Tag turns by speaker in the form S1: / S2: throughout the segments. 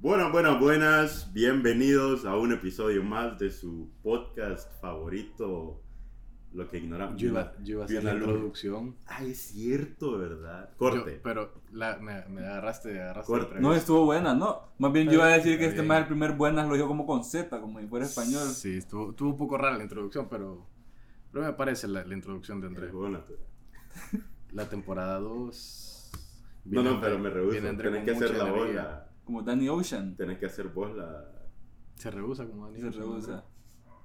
S1: Buenas, buenas, buenas. Bienvenidos a un episodio más de su podcast favorito, Lo que ignoramos.
S2: Yo iba, yo iba a hacer la
S1: Viola Luna.
S2: introducción.
S1: Ah, es cierto, ¿verdad?
S2: Yo-
S1: Corte.
S2: pero la- me, me agarraste, agarraste.
S1: Corte.
S2: otra vez.
S3: No, estuvo buena, ¿no? Más bien yo
S2: Pero
S3: iba a decir que
S2: está
S3: este
S2: bien.
S3: más el primer buenas lo dijo como con Z, como si fuera español.
S2: Sí, estuvo, estuvo un poco rara la introducción, pero, pero me parece la, la introducción de
S1: El
S2: Andrés.
S1: juego natural.
S2: La temporada 2.
S1: No, no, pero me rehuso. Tenés que hacer la bola.
S3: Como Danny Ocean.
S1: Tenés que hacer vos la.
S2: Se rehúsa como Dani.
S3: Se rehúsa.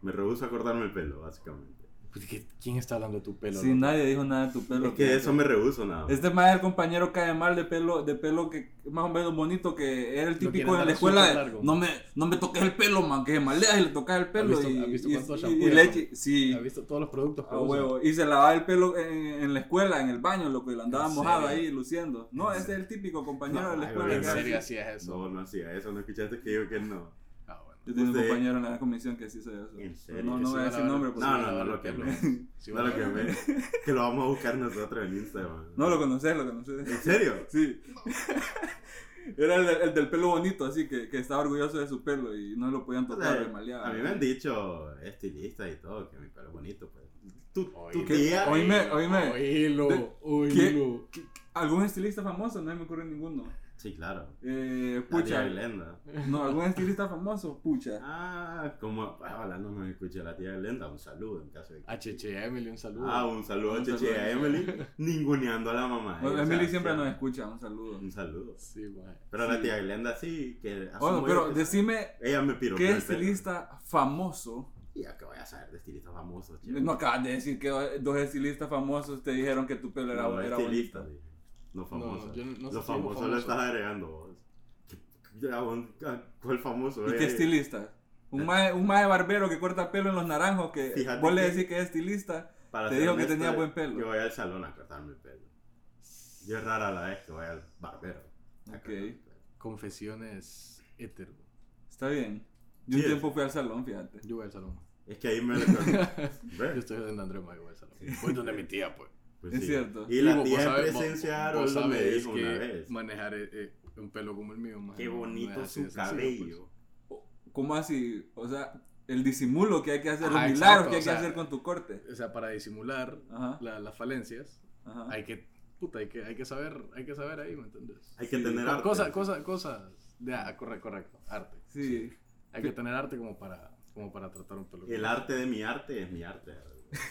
S1: Me rehuso a cortarme el pelo, básicamente.
S2: Pues, ¿qué- ¿Quién está hablando de tu pelo?
S3: Sí,
S2: loco?
S3: nadie dijo nada de tu pelo.
S1: Es que
S3: fíjate.
S1: eso me rehuso nada más.
S3: Este más el compañero cae mal de pelo, de pelo que más o menos bonito, que era el
S2: quiere
S3: típico de
S2: andar
S3: la escuela.
S2: súper
S3: de,
S2: largo.
S3: No me, no me toques el pelo, man, que maleas y le tocas el pelo.
S2: visto-
S3: y,
S2: ha visto
S3: y-
S2: cuánto
S3: y-
S2: shampoo
S3: y
S2: ya
S3: le
S2: son?
S3: eche- Sí.
S2: ¿Has visto todos los productos que
S3: A
S2: usa?
S3: Ah, huevo. Y se lavaba el pelo en, en la escuela, en el baño, loco, y lo andaba
S2: ¿En
S3: mojado
S2: serio?
S3: ahí, luciendo. No, ese es el típico compañero de la
S1: Ay,
S3: escuela.
S1: güey,
S2: En
S3: que-
S2: serio, así es eso.
S1: No, no hacía eso. No escuchaste que digo que no.
S2: Ah, bueno.
S3: Yo tenía un
S1: Usted-
S3: compañero en la comisión que sí hizo eso.
S1: ¿En
S3: Pero
S1: serio?
S3: No,
S2: Que
S3: no
S2: sí
S3: voy a
S2: van
S3: decir
S2: lavar-
S3: nombre. pues,
S2: sí
S3: Porque...
S1: No,
S2: van a
S1: no,
S2: lavar
S1: no,
S2: el
S1: lo que
S2: pelo.
S1: me-
S2: Sí
S1: No
S2: van a
S1: lo que
S2: lavar el
S1: me.
S2: pelo.
S1: Que lo vamos a buscar nosotros en Instagram.
S3: No lo conoces, lo conoces.
S1: ¿En serio?
S3: Sí. Era el, el del pelo bonito, así que, que estaba orgulloso de su pelo y no lo podían
S1: O
S3: tocar,
S1: sea,
S3: le maleaban.
S1: a mí me han Pues, dicho estilistas y todo que mi pelo es bonito, pues. Tu, tu
S2: Oíme.
S1: tía.
S3: Oye. Oíme, oíme. De-
S2: Oílo, oílo.
S3: ¿Algún estilista famoso? No me ocurre ninguno.
S1: Sí, claro.
S3: Eh,
S1: Pucha.
S3: pucha.
S1: Glenda.
S3: No, algún estilista famoso, pucha.
S1: Ah, como. ah, Ojalá no nos escuche la tía Glenda. Un saludo en caso de que.
S2: A Cheche Emily, un saludo.
S1: Ah, un saludo a
S3: Un
S1: Cheche y a
S3: saludo.
S1: Emily. Ninguneando a la mamá.
S3: Bueno,
S1: O sea,
S3: Emily siempre
S1: sí,
S3: nos escucha, un saludo.
S1: Un saludo.
S2: Sí, mae.
S1: Pero la tía Glenda sí, que. asumo
S3: Bueno,
S1: yo
S3: pero
S1: que-
S3: decime,
S1: Ella me piró.
S3: ¿qué estilista famoso?
S1: Ya que voy a saber de estilistas famosos, chico.
S3: No acabas de decir que dos estilistas famosos te dijeron que tu pelo era,
S1: No,
S3: era
S1: estilista,
S3: bonito.
S1: dije. No famoso.
S2: No, yo no- no sé
S1: Los
S2: si digo
S1: famosos lo
S2: famoso.
S1: estás agregando vos. ¿Qué- qué- a un- a- ¿Cuál famoso?
S3: ¿Y
S1: eh?
S3: qué estilista? Un mae, un mae barbero que corta pelo en los naranjos, que
S1: Fíjate
S3: vos le
S1: que-
S3: decís que es estilista.
S1: Para
S3: Te
S1: ser
S3: digo que
S1: honesto,
S3: tenía buen pelo.
S1: Yo voy al salón a cortarme el pelo. Yo es rara la vez que voy al barbero. a
S3: Ok.
S1: cortarme el pelo.
S2: Confesiones hetero.
S3: Está bien. Yo un
S1: Sí.
S3: tiempo fui al salón, fíjate.
S2: Yo voy al salón.
S1: Es que ahí me lo corté.
S2: Yo
S1: Ve,
S2: estoy donde Andrés, mae, yo voy al salón. Voy donde mi tía, pues.
S1: pues
S3: Es
S1: sí.
S3: cierto.
S1: Y la
S2: Digo, vos
S1: tía en
S2: sabés-
S1: presencia de
S2: vos- vos
S1: Haroldo me
S2: sabés
S1: dijo
S2: que
S1: una vez.
S2: Manejar eh, eh, un pelo como el mío, mae,
S1: Qué
S2: no- no
S1: bonito
S2: es así
S1: su
S2: de sencillo, pues.
S1: cabello.
S3: ¿Cómo así? O sea, el disimulo que hay que hacer, los
S2: Ajá,
S3: milagros
S2: exacto,
S3: que
S2: o
S3: hay que
S2: sea-
S3: hacer con tu corte.
S2: pues. O sea, para disimular
S3: Ajá.
S2: la- las falencias,
S3: ajá.
S2: hay que. Puta, hay que, hay que saber, hay que saber ahí, ¿me entiendes?
S1: Hay que
S3: Sí,
S1: tener
S2: Co-
S1: arte.
S2: cosa- cosa- cosas. Ya, correcto, correcto. Arte.
S3: Sí.
S2: Hay que tener arte como para, como para tratar un pelo.
S1: El arte de mi arte es mi arte.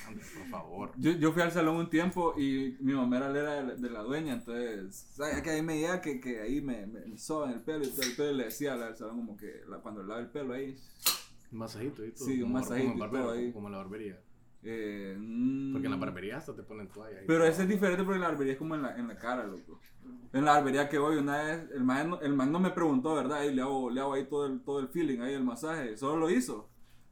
S2: Andrés, por favor.
S3: Yo, yo fui al salón un tiempo y mi mamá era la, de la dueña, entonces, ¿sabes? Que ahí me decía que, que ahí me, me, me soban el pelo y todo, entonces le decía a la del salón como que la- cuando lava el pelo ahí,
S2: Un masajito y todo.
S3: Sí, un
S2: como-
S3: masajito
S2: como, en
S3: y
S2: barbero,
S3: todo ahí.
S2: como- como en la barbería.
S3: eh,
S2: Porque en la
S3: mm,
S2: barbería hasta te ponen toalla. y
S3: Pero
S2: todo.
S3: ese es diferente porque la barbería es como en la, en la cara, loco. En la barbería que voy, una vez, el man, no- el man no me preguntó, ¿verdad? Y le hago, le hago ahí todo el, todo el feeling, ahí el masaje, solo lo hizo.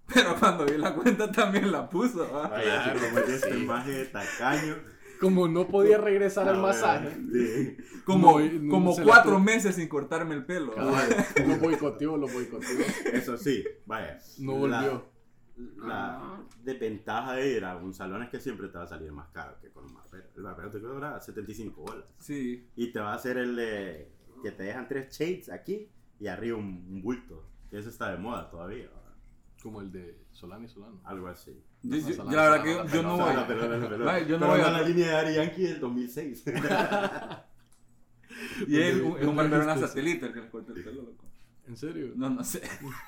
S3: Pero cuando vi la cuenta también la puso, ¿va?
S1: Ay, así
S2: Claro,
S1: como que
S2: pues, sí.
S1: este maje de tacaño.
S2: Como no podía regresar al
S1: No,
S2: masaje.
S1: sí.
S3: Como,
S2: No, y no
S3: como
S2: se la
S3: cuatro
S2: tuvo.
S3: meses sin cortarme el pelo. ¿va?
S2: Cabal, Lo boicoteó, lo boicoteó.
S1: Eso sí, vaya.
S2: No
S1: la-
S2: volvió.
S1: La desventaja de ir a un salón es que siempre te va a salir más caro que con un barbero. El barbero te cobra 75 bolas.
S3: Sí,
S1: Y te va a hacer el de que te dejan tres shades aquí y arriba un, un bulto. Que eso está de moda todavía. ¿verdad?
S2: Como el de Solano y Solano.
S1: Algo así.
S3: yo, yo-
S2: pasa
S3: yo
S2: la-
S3: la verdad
S2: la-
S3: que
S2: la
S3: yo, yo no
S1: O sea,
S3: voy.
S1: la pelota, la pelota.
S3: Ay, yo no
S1: Pero
S3: voy
S1: anda
S3: a-
S1: la línea de Ari Yankee del 2006.
S3: Y él un- es un
S2: ¿Dónde
S3: barbero en la
S2: viste eso?
S3: satélite el que le cortó el pelo, loco.
S2: ¿En serio?
S3: No, no sé.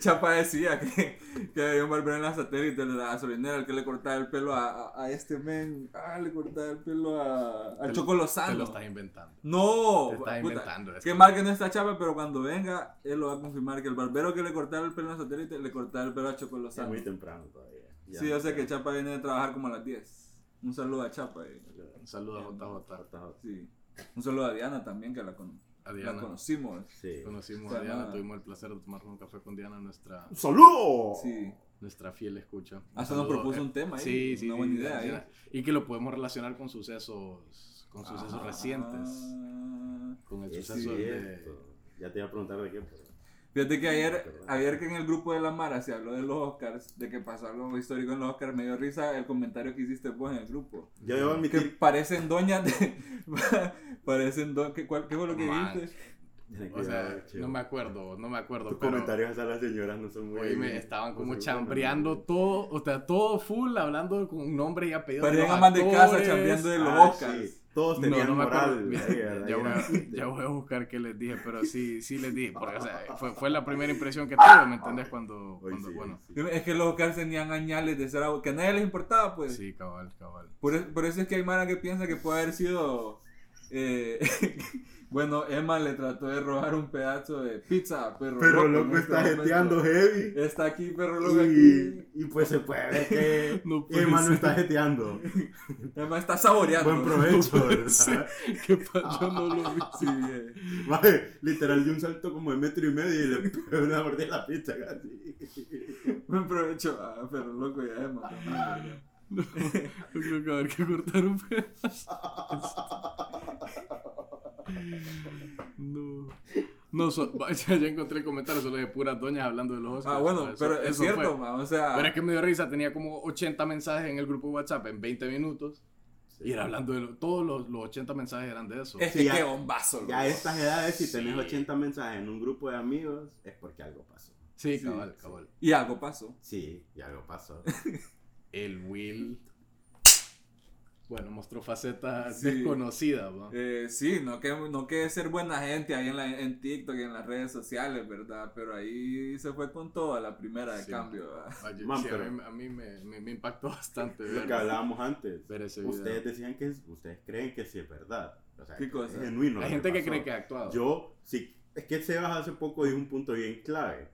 S3: Chapa decía que, que había un barbero en la satélite, en la gasolinera, el que le cortaba el pelo a, a- a este men. Ah, le cortaba el pelo a,
S2: Te
S3: al
S2: lo-
S3: Choco
S2: Te lo
S3: Lozano.
S2: estás inventando.
S3: No,
S2: Te estás
S3: puta,
S2: inventando. es
S3: Que
S2: que-
S3: mal que no está Chapa, pero cuando venga, él lo va a confirmar que el barbero que le cortaba el pelo en la satélite, le cortaba el pelo a
S1: Está
S3: Choco Lozano.
S1: muy temprano todavía. Ya
S3: Sí,
S1: no
S3: yo sé
S1: sé.
S3: que Chapa viene de trabajar como a las 10. Un saludo a Chapa. eh.
S2: Un saludo a JJ.
S3: Sí. Un saludo a Diana también, que la, con-
S2: A
S3: la
S2: Diana.
S3: conocimos.
S1: Sí.
S2: Conocimos a
S3: Para
S2: Diana,
S3: nada.
S2: tuvimos el placer de tomarnos un café con Diana, nuestra,
S1: ¡Saludo!
S3: Sí.
S2: nuestra fiel escucha. Un
S3: Hasta nos
S2: saludo,
S3: propuso
S2: eh,
S3: un tema ahí.
S2: Sí, sí,
S3: Una
S2: sí,
S3: buena
S2: sí,
S3: idea
S2: sí,
S3: ahí.
S2: sí. Y que lo podemos relacionar con sucesos, con sucesos
S3: Ah.
S2: recientes. Con el
S1: Es
S2: suceso
S3: eh.
S2: de...
S1: cierto. Ya te iba a preguntar de qué. pero-
S3: Fíjate que ayer,
S1: Perdón.
S3: ayer que en el grupo de la Mara se habló de los Oscars, de que pasó algo histórico en los Oscars, me dio risa el comentario que hiciste vos en el grupo.
S1: Yo debo
S3: Que
S1: admitir
S3: parecen doñas de... parecen do... ¿Qué, cuál- qué fue lo que
S2: Man.
S3: dijiste?
S1: Tiene que
S2: O sea,
S1: haber, chivo.
S2: no me acuerdo, no me acuerdo.
S1: Tus
S2: pero-
S1: comentarios a las señoras no son muy.
S2: Oye, me estaban
S1: no
S3: Pues
S2: como
S1: son Ah, muy
S2: chambreando
S1: buenos.
S2: todo, o sea, todo full, hablando con nombre y apellido.
S3: Pero
S2: los
S3: llegan más de casa
S2: actores.
S3: chambeando de los
S1: Ah,
S3: Oscars.
S1: sí. Todos
S2: No,
S1: tenían
S2: no me acuerdo.
S1: moral.
S2: Mira,
S1: ahí, ¿verdad?
S2: ya, voy
S1: Era-
S2: a, ya voy a buscar qué les dije, pero sí, sí les dije. Porque, o sea, fue, fue la primera impresión que tuve, ¿me entendés? Cuando,
S1: Hoy
S2: cuando
S1: sí,
S2: bueno.
S1: hoy sí.
S3: Es que los Oscars tenían añales de ser algo que a nadie les importaba, pues.
S2: Sí, cabal, cabal.
S3: Por, es- por eso es que hay Mara que piensa que puede haber sido. eh, bueno, Emma le trató de robar un pedazo de pizza, perro.
S1: Pero
S3: loco, en
S1: loco
S3: este
S1: está
S3: momento.
S1: jeteando heavy.
S3: Está aquí, perro loco. Aquí.
S1: Y, y pues se puede ver que
S2: No puede
S1: Emma no
S2: ser.
S1: está jeteando.
S3: Emma está saboreando.
S1: Buen provecho,
S2: puede ser.
S1: ¿verdad?
S2: ¿Qué pasó? No lo vi.
S3: Sí, eh.
S1: Mae, literal, de un salto como de metro y medio y le pegó una mordida a la pizza casi.
S3: Buen provecho a perro loco y a Emma. también, verga.
S2: No, yo creo que va a haber que cortar un pedazo. No. No, so- ya, ya encontré el comentario solo de puras doñas hablando de los Oscars.
S3: Ah, bueno,
S2: Eso-
S3: pero es
S2: eso fue.
S3: cierto, ma, o sea.
S2: Pero es que me dio risa, tenía como 80 mensajes en el grupo de WhatsApp en 20 minutos. Y era hablando de lo- todos los, los 80 mensajes eran de eso.
S3: es que
S1: Sí, ya-
S3: qué bombazo,
S1: Ya a
S3: loco.
S1: estas edades, si tenés
S2: Sí.
S1: 80 mensajes en un grupo de amigos, es porque algo pasó.
S2: Sí,
S3: sí,
S2: cabal,
S1: sí.
S2: cabal.
S3: Y algo pasó.
S1: Sí, y algo pasó.
S2: El Will. Bueno, mostró facetas
S3: Sí.
S2: desconocidas, ¿va?
S3: Eh, sí, no que, no que ser buena gente ahí en, la, en TikTok y en las redes sociales, ¿verdad? Pero ahí se fue con toda la primera de
S2: Sí.
S3: cambio, ¿verdad?
S2: Ah, yo-
S1: Man,
S2: sí, a
S1: pero-
S2: mí, a mí me, me- me impactó bastante
S1: Lo
S2: ver,
S1: que hablábamos antes.
S2: ver ese video.
S1: Ustedes decían que es- ustedes creen que sí es verdad. O sea,
S3: ¿Qué
S1: que
S3: cosa?
S1: es genuino.
S2: Hay
S1: lo
S2: gente que
S1: pasó.
S2: cree que ha actuado.
S1: Yo, sí, es que Sebas hace poco dijo un punto bien clave.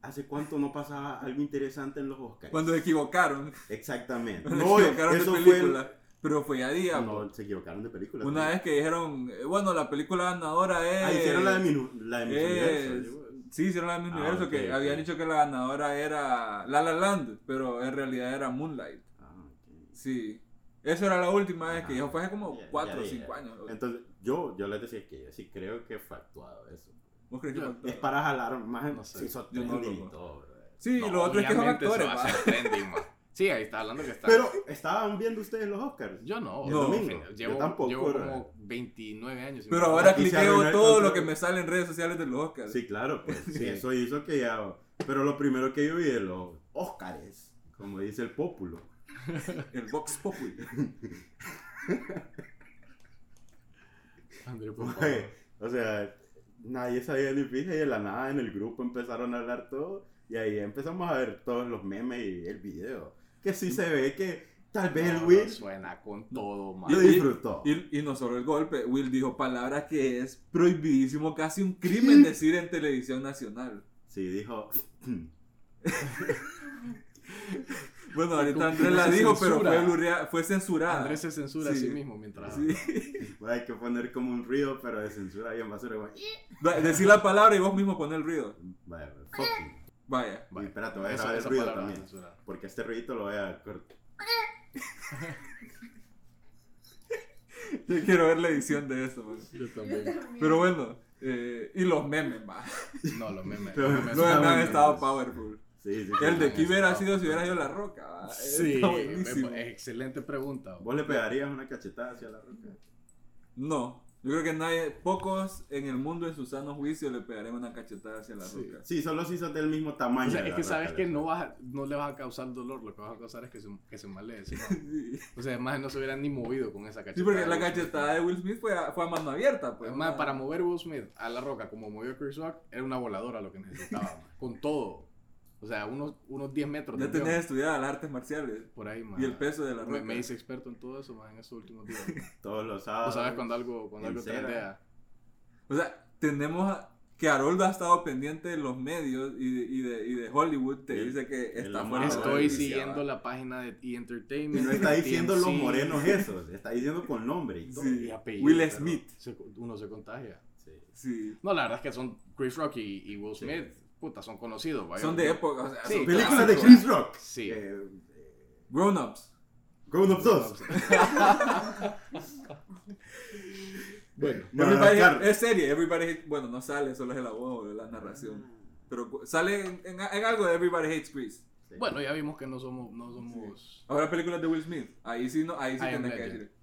S1: ¿Hace cuánto no pasaba algo interesante en los Oscars?
S3: Cuando se equivocaron,
S1: Exactamente.
S3: cuando
S1: No,
S3: se equivocaron
S1: eso
S3: de
S1: fue...
S3: película. Pero fue a día,
S1: No,
S3: pues.
S1: se equivocaron de película.
S3: una
S1: también.
S3: vez que dijeron, eh, bueno, la película ganadora es.
S1: Ah, hicieron la de mi, la de mi
S3: es-
S1: universo.
S3: Sí, hicieron la de Miss
S1: Ah,
S3: Universo,
S1: ok,
S3: que
S1: ok.
S3: habían dicho que la ganadora era La La Land, pero en realidad era Moonlight.
S1: Ah, ok.
S3: Sí. Eso era la última vez
S1: Ajá.
S3: que
S2: Ah,
S3: dijo, fue hace como
S1: Ya,
S3: 4 o
S1: ya, ya.
S3: 5 años. loco.
S1: Entonces, yo, yo les decía que yo sí creo que fue actuado eso.
S3: ¿Vos crees que
S2: Yo-
S3: faltó?
S1: Es para jalar más.
S2: No sé.
S1: Se hizo
S3: Yo no
S1: trending
S3: lo-
S1: y todo, brother.
S3: Sí,
S2: No,
S3: lo otro es que son
S2: obviamente eso
S3: actores,
S2: va
S3: va.
S2: a ser trending, man. Sí, ahí está hablando que está.
S1: Pero, ¿estaban viendo ustedes los Oscars?
S2: yo no.
S1: El
S2: no,
S1: domingo.
S2: que-
S1: Yo
S2: Llevo,
S1: tampoco,
S2: llevo
S1: bro.
S2: como 29 años. sin
S3: Pero
S2: ver.
S3: ahora
S1: Aquí se arruinó
S3: cliqueo
S1: el
S3: todo
S1: control.
S3: lo que me sale en redes sociales de los Oscars.
S1: Sí, claro, pues
S2: Sí.
S1: eso hizo que ya. Pero lo primero que yo vi de los Óscares, como dice el pópulo,
S3: El Vox Populi.
S2: André, por favor.
S1: fue- o sea, nadie sabía ni pija y de la nada en el grupo empezaron a hablar todo y ahí empezamos a ver todos los memes y el video. Que sí se ve que tal vez
S2: No,
S1: el
S2: no
S1: Will
S2: suena con todo, man.
S1: lo
S3: Y-
S1: disfrutó.
S3: Y, y no solo el golpe, Will dijo palabras que es prohibidísimo, casi un crimen decir en televisión nacional.
S1: Sí, dijo.
S3: Bueno, ahorita
S2: como
S3: Andrés
S2: que
S3: la
S2: se
S3: dijo, pero
S2: censura.
S3: fue, blurrea- fue censurada.
S2: Andrés se censura a
S3: Sí.
S2: sí mismo mientras.
S3: Sí.
S1: Hay que poner como un ruido, pero de censura y en basura. como,
S3: Va- Decir la palabra y vos mismo poner el ruido.
S1: Vaya, fucking.
S3: Vaya.
S1: Y espérate, voy a
S2: esa,
S1: grabar el
S2: esa
S1: ruido
S2: palabra
S1: también.
S2: censurada.
S1: Porque este ruidito lo voy a cortar.
S3: Yo quiero ver la edición de eso, man.
S2: Yo también.
S3: Pero bueno, eh, y los memes, man.
S2: No, los memes.
S1: Los
S2: los
S1: memes
S2: memes
S3: Los
S1: Está
S3: memes han
S1: bueno.
S3: estado powerful.
S1: Sí, sí. sí.
S3: El de
S2: memes
S3: Kim hubiera
S2: están-
S3: sido si hubiera ido la roca. va.
S2: Sí,
S3: Está buenísimo.
S2: me- Ah, excelente pregunta.
S1: ¿Vos le pegarías una cachetada hacia la roca?
S3: No, yo creo que nadie, pocos en el mundo en su sano juicio le pegarían una cachetada hacia la
S2: Sí.
S3: roca.
S1: Sí, solo si sos del mismo tamaño.
S2: O sea,
S1: de la
S2: es que
S1: roca,
S2: sabes que
S1: la
S2: no,
S1: verdad.
S2: vas a- no le vas a causar dolor, lo que vas a causar es que se, que se malee. ¿sí?
S3: Sí.
S2: O sea, además no se hubieran ni movido con esa cachetada.
S3: Sí, porque la
S2: Will Smith.
S3: cachetada de Will Smith fue a, fue a mano abierta, pues.
S2: Además,
S3: ma.
S2: para mover Will Smith a la roca como movió a Chris Rock, era una voladora lo que necesitaba, man, con todo. O sea, unos, unos 10 metros de
S3: Ya tenés estudiadas las artes marciales
S2: por ahí, man.
S3: y el peso de la
S2: Ah, Me,
S3: roca.
S2: me hice experto en todo eso, man, en estos últimos días. man.
S1: Todos los
S2: Tú
S1: sábados.
S2: sabes cuando algo, cuando
S1: en
S2: algo
S1: cera.
S2: trendea.
S3: O sea, tenemos a- que Haroldo ha estado pendiente de los medios y de, y de, y de Hollywood. Te
S1: El-
S3: dice que
S1: el
S3: está
S1: amor
S3: fuera de la
S2: Estoy
S3: noticia,
S2: siguiendo
S3: va.
S2: la página de E E-Entertainment.
S1: Y no está diciendo los
S2: TMC,
S1: morenos esos, está diciendo con nombre y todo.
S3: Sí.
S2: y apellido,
S3: Will
S2: pero
S3: Smith.
S2: se- uno se contagia.
S1: Sí.
S3: Sí.
S2: No, la verdad es que son Chris Rock y, y Will
S1: Sí.
S2: Smith, puta, son conocidos. vaya.
S3: Son de época. O sea,
S2: Sí,
S3: son
S1: Películas de
S3: clásicos.
S1: Chris Rock.
S2: Sí.
S1: Eh,
S3: Grown Ups.
S1: Grown Ups 2.
S2: bueno,
S1: No,
S3: Everybody-
S1: no, Carlos.
S3: es serie, Everybody Hates- Bueno, no sale, solo es el abogo de la
S2: Ah.
S3: narración. Pero cu- sale en, en- en algo de Everybody Hates Chris.
S1: Sí.
S2: bueno, ya vimos que no somos, no somos.
S3: Ahora películas de Will Smith. Ahí sí, no, ahí sí
S2: I am
S3: tenés que
S2: Legend.
S3: decir.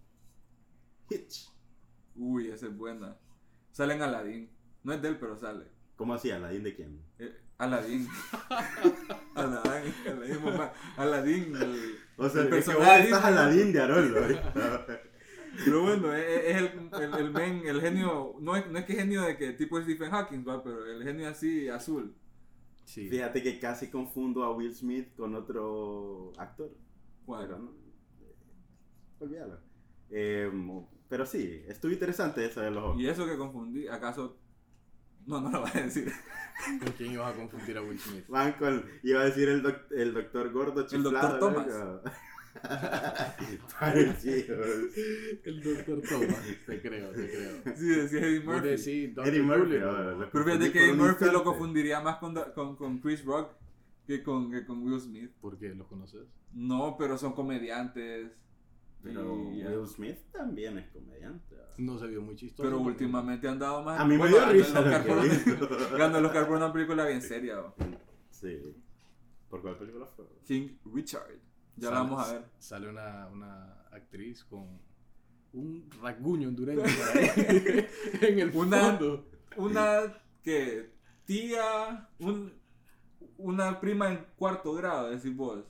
S1: Hitch.
S3: Uy, esa es buena. Sale en Aladdin. No es de él, pero sale.
S1: ¿Cómo así? ¿Aladín de quién?
S3: Eh, Aladín. Aladín, Aladín, papá. Aladín. el-
S1: O sea,
S3: el
S1: es que vos
S3: personaje
S1: estás
S3: Disney.
S1: Aladín de Aroldo.
S3: Pero bueno, es, es el, el, el men, el genio. No es, no es que genio de que tipo Stephen Hawking, va, pero el genio así azul.
S2: Sí.
S1: Fíjate que casi confundo a Will Smith con otro actor. Pero
S3: Bueno,
S1: no, eh, olvídalo. Em, pero sí, estuvo interesante eso de los Oscars.
S3: y eso que confundí, ¿acaso? No, no lo voy a decir.
S2: ¿Con quién ibas a confundir a Will Smith?
S1: Van con, iba a decir el, doc- el doctor gordo
S3: El doctor
S1: chiflado.
S3: Thomas.
S1: loco. Parecido.
S2: El doctor Thomas. Te creo, te creo.
S3: Sí, decía Eddie
S2: Vos
S3: Murphy.
S2: decís Dr.
S1: Eddie Murphy.
S2: Doolittle.
S1: ah, lo
S3: Pero
S1: confundí
S3: fíjate que
S1: por
S3: Eddie
S1: un
S3: Murphy lo
S1: instante.
S3: confundiría más con, con, con Chris Rock que con, que con Will Smith.
S2: ¿Por qué? ¿Los conoces?
S3: No, pero son comediantes.
S1: Pero
S3: Y-
S1: Will Smith también es comediante. ah.
S2: No se vio muy chistoso.
S3: Pero últimamente han dado más.
S1: A mí me
S3: Ah, Bueno,
S1: dio
S3: ganó
S1: risa
S3: el
S1: lo
S3: Oscar
S1: que
S3: por-
S1: vi.
S3: Ganó el Oscar por una película bien seria. bro.
S1: Sí. ¿Por cuál película fue?
S3: King Richard. Ya
S2: Sale-
S3: la vamos a ver.
S2: Sale una, una actriz con un rasguño hondureño por ahí, en el
S3: Una-
S2: fondo.
S3: Una que tía, un, una prima en cuarto grado, decís vos.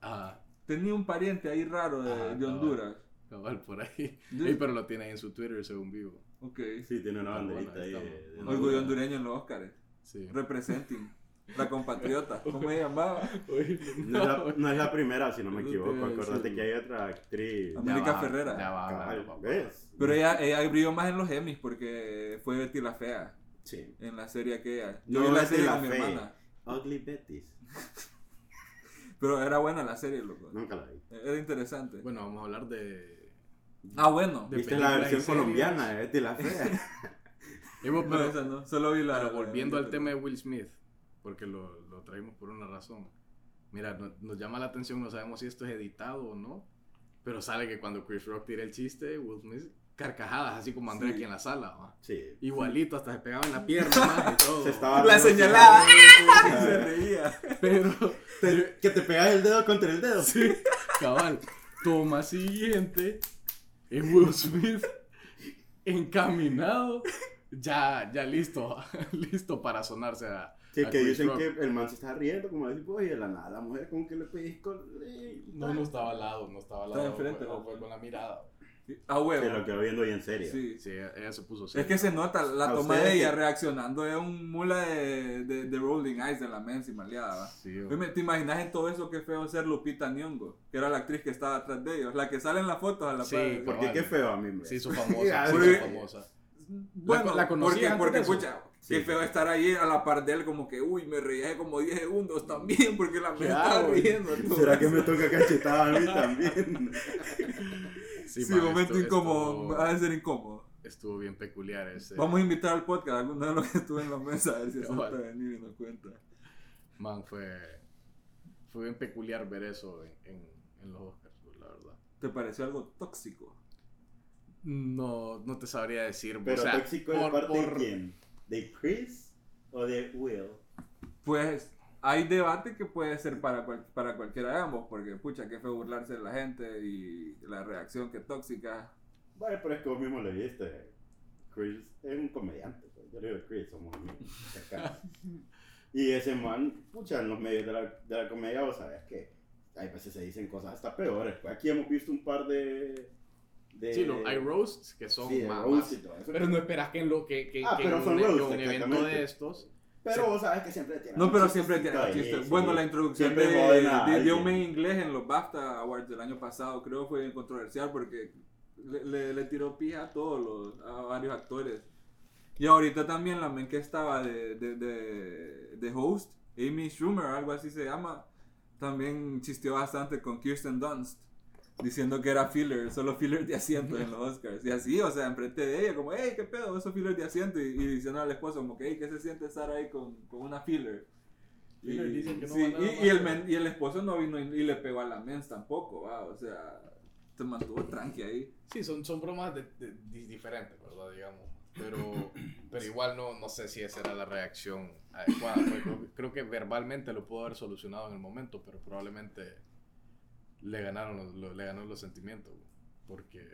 S2: Ah,
S3: Tenía un pariente ahí raro de,
S2: Ajá,
S3: de
S2: cabal.
S3: Honduras.
S2: cabal, por ahí.
S3: Yo-
S2: Ey, pero lo tiene ahí en su Twitter, según vivo.
S3: Ok.
S1: Sí, tiene una
S2: Ah, bueno,
S1: banderita ahí.
S2: ahí
S1: de-
S2: estamos.
S1: de
S3: Orgullo
S1: Honduras.
S3: hondureño en los Oscars.
S2: Sí.
S3: Representing. La compatriota. ¿Cómo se llamaba?
S1: No, es la, no es la primera, si no me
S2: No te
S1: equivoco.
S2: voy a decir.
S1: Acuérdate que hay otra actriz.
S3: Am- América Ferrera.
S2: Ya va,
S1: Cabal,
S2: ya va.
S1: ¿Ves?
S3: Pero ella, ella brilló más en los Emmys porque fue Betty la Fea
S1: Sí.
S3: en la serie aquella.
S1: No,
S3: Yo vi la
S1: Betty
S3: serie
S1: la
S3: con mi
S1: Fea.
S3: hermana.
S1: Ugly Betty's.
S3: Pero era buena la serie, loco.
S1: Nunca la vi.
S3: Era interesante.
S2: Bueno, vamos a hablar de...
S3: Ah, bueno.
S2: De-
S1: ¿Viste la
S2: películas y
S1: versión
S2: series.
S1: colombiana de Betty la Fea?
S2: Ey, vos,
S3: No,
S2: pero,
S3: esa no. Solo vi la.
S2: pero volviendo al tema de Will Smith, porque lo, lo traímos por una razón. Mira, no- nos llama la atención, no sabemos si esto es editado o no, pero sale que cuando Chris Rock tira el chiste, Will Smith carcajadas, así como André
S3: Sí.
S2: aquí en la sala. ¿va?
S1: sí.
S2: Igualito, hasta se pegaba en la pierna ma, y todo.
S1: Se estaba
S3: La
S1: riendo,
S3: señalada.
S1: sí.
S3: Se reía.
S2: Pero,
S1: Te- que te pegas el dedo contra el dedo.
S2: sí, cabal, toma siguiente es Will Smith encaminado, ya, ya listo, listo para sonarse a.
S1: Sí,
S2: a
S1: que
S2: Chris
S1: dicen
S2: Rock.
S1: que el man se está riendo, como decir, oye, de la nada, la mujer, como que le pedís con. eh,
S2: No, no estaba al lado, no estaba al lado.
S3: Estaba enfrente,
S2: fue,
S3: ¿no?
S2: fue con la mirada.
S3: A
S1: Que lo
S3: huevo.
S1: que va viendo hoy en serio.
S3: Ah, Sí.
S2: Sí, ella ella se puso
S3: Es que
S2: seria.
S3: se nota la
S1: A
S3: toma
S1: ustedes
S3: de ella
S1: que-
S3: reaccionando. Es un mula de, de, de Rolling Eyes de la mensa y maleada, ¿va?
S2: Sí,
S3: Oye, ¿Te imaginas en todo eso que feo ser Lupita Nyong'o? Que era la actriz que estaba atrás de ellos, la que sale en las fotos a la
S2: Sí,
S3: par.
S2: por-
S1: Porque qué feo a mí me.
S2: se hizo famosa,
S1: Ya,
S2: se
S3: sí.
S2: hizo famosa.
S3: Bueno,
S2: la conocí
S3: porque,
S2: antes
S3: porque
S2: de eso.
S3: pucha,
S1: Sí.
S3: qué feo estar ahí a la par de él como que, uy, me reía como 10 segundos también porque la me
S2: Claro,
S3: estaba
S2: güey.
S3: riendo. tú.
S1: ¿Será que me toca cachetada a mí también?
S3: Sí,
S2: ma,
S3: momento
S2: esto-
S3: incómodo,
S2: estuvo-
S3: ha de ser incómodo.
S2: Estuvo bien peculiar ese.
S3: Vamos a invitar al podcast alguna de los que estuve en la mesa a ver si acepta
S2: Cabal.
S3: venir y nos cuenta.
S2: Man, fue, fue bien peculiar ver eso en, en- en los Oscars, la verdad.
S3: ¿Te pareció algo tóxico?
S2: No, no te sabría decir.
S1: Pero
S2: o sea,
S1: tóxico de
S2: por-
S1: parte de
S2: por-
S1: quién? ¿De Chris o de Will?
S3: Pues hay debate que puede ser para, cual- para cualquiera de ambos, porque pucha, qué feo burlarse de la gente y la reacción que tóxica.
S1: Vale, pero es que vos mismo lo dijiste. Chris es un comediante. pues. Yo le digo Chris, somos amigos. cercanos. y ese man, pucha, en los medios de la, de la comedia, vos sabés que hay veces se dicen cosas hasta peores. pues. Aquí hemos visto un par de. de
S2: Sí, los hay roasts que son
S1: sí, de
S2: más-
S1: roasts y
S2: más-
S1: todo eso.
S2: Pero no esperas que en, lo, que, que,
S1: Ah,
S2: que
S1: pero
S2: en
S1: son
S2: un,
S1: roasts,
S2: en un evento
S1: exactamente.
S2: de estos.
S1: Pero vos sabés que siempre tiene.
S3: No,
S1: un
S3: pero siempre tiene
S1: chistecito
S3: chiste.
S1: ahí, sí.
S3: Bueno, la introducción de,
S1: Siempre joden a
S3: de, de un
S1: alguien.
S3: main inglés en los BAFTA Awards del año pasado creo fue bien controversial porque le, le- le tiró pija a todos los, a varios actores. Y ahorita también la men que estaba de, de, de, de host, Amy Schumer, algo así se llama, también chisteó bastante con Kirsten Dunst. Diciendo que era filler, solo filler de asiento en los Oscars. Y así, o sea, enfrente de ella, como, hey, qué pedo, eso filler de asiento. Y, y diciendo al esposo, como que, hey, ¿qué se siente estar ahí con, con una filler? Y,
S2: Filler, dicen que no
S3: sí,
S2: va nada
S3: y-
S2: más,
S3: y el
S2: pero-
S3: men- y el esposo no vino y, y le pegó a la mens tampoco, va, o sea, se mantuvo tranqui ahí.
S2: Sí, son, son bromas de- de- di- diferentes, ¿verdad? Digamos. Pero, pero igual no, no sé si esa era la reacción adecuada. porque Creo, creo que verbalmente lo pudo haber solucionado en el momento, pero probablemente le ganaron los, lo- le ganaron los sentimientos. güey. Porque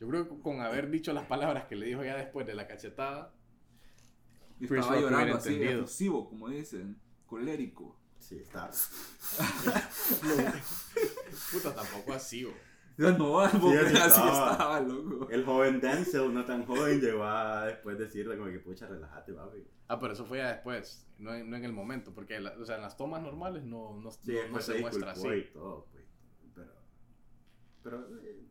S2: yo creo que con haber dicho las palabras que le dijo ya después de la cachetada,
S3: Y
S2: Chris
S3: estaba
S2: Rock hubiera
S3: llorando así,
S2: entendido.
S3: efusivo, como dicen, colérico.
S1: Sí, está.
S2: Puta, tampoco así, güey.
S3: Ya no, porque
S1: así
S3: así
S1: estaba.
S3: estaba, loco.
S1: El joven Denzel, no tan joven, llegó a después decirle como que pucha, relájate, papi.
S2: Ah, pero eso fue ya después, no en, no en el momento, porque la- o sea, en las tomas normales no, no,
S1: Sí,
S2: no- no
S1: después
S2: se muestra así.
S1: disculpó y todo, pues. Pero. Pero. eh,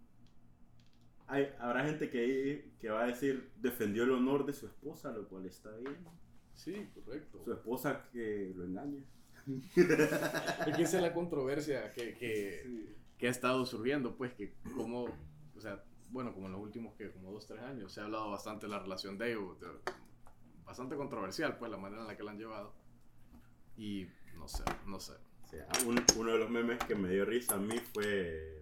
S1: hay- habrá gente que, que va a decir defendió el honor de su esposa, lo cual está bien.
S2: Sí, correcto.
S1: Su esposa que lo engaña.
S2: Es que esa es la controversia que, que,
S3: Sí.
S2: que ha estado surgiendo, pues, que como, o sea, bueno, como en los últimos, que como dos, tres años, se ha hablado bastante de la relación de ellos, de- bastante controversial, pues, la manera en la que la han llevado. Y no sé, no sé.
S1: O sea, un- uno de los memes que me dio risa a mí fue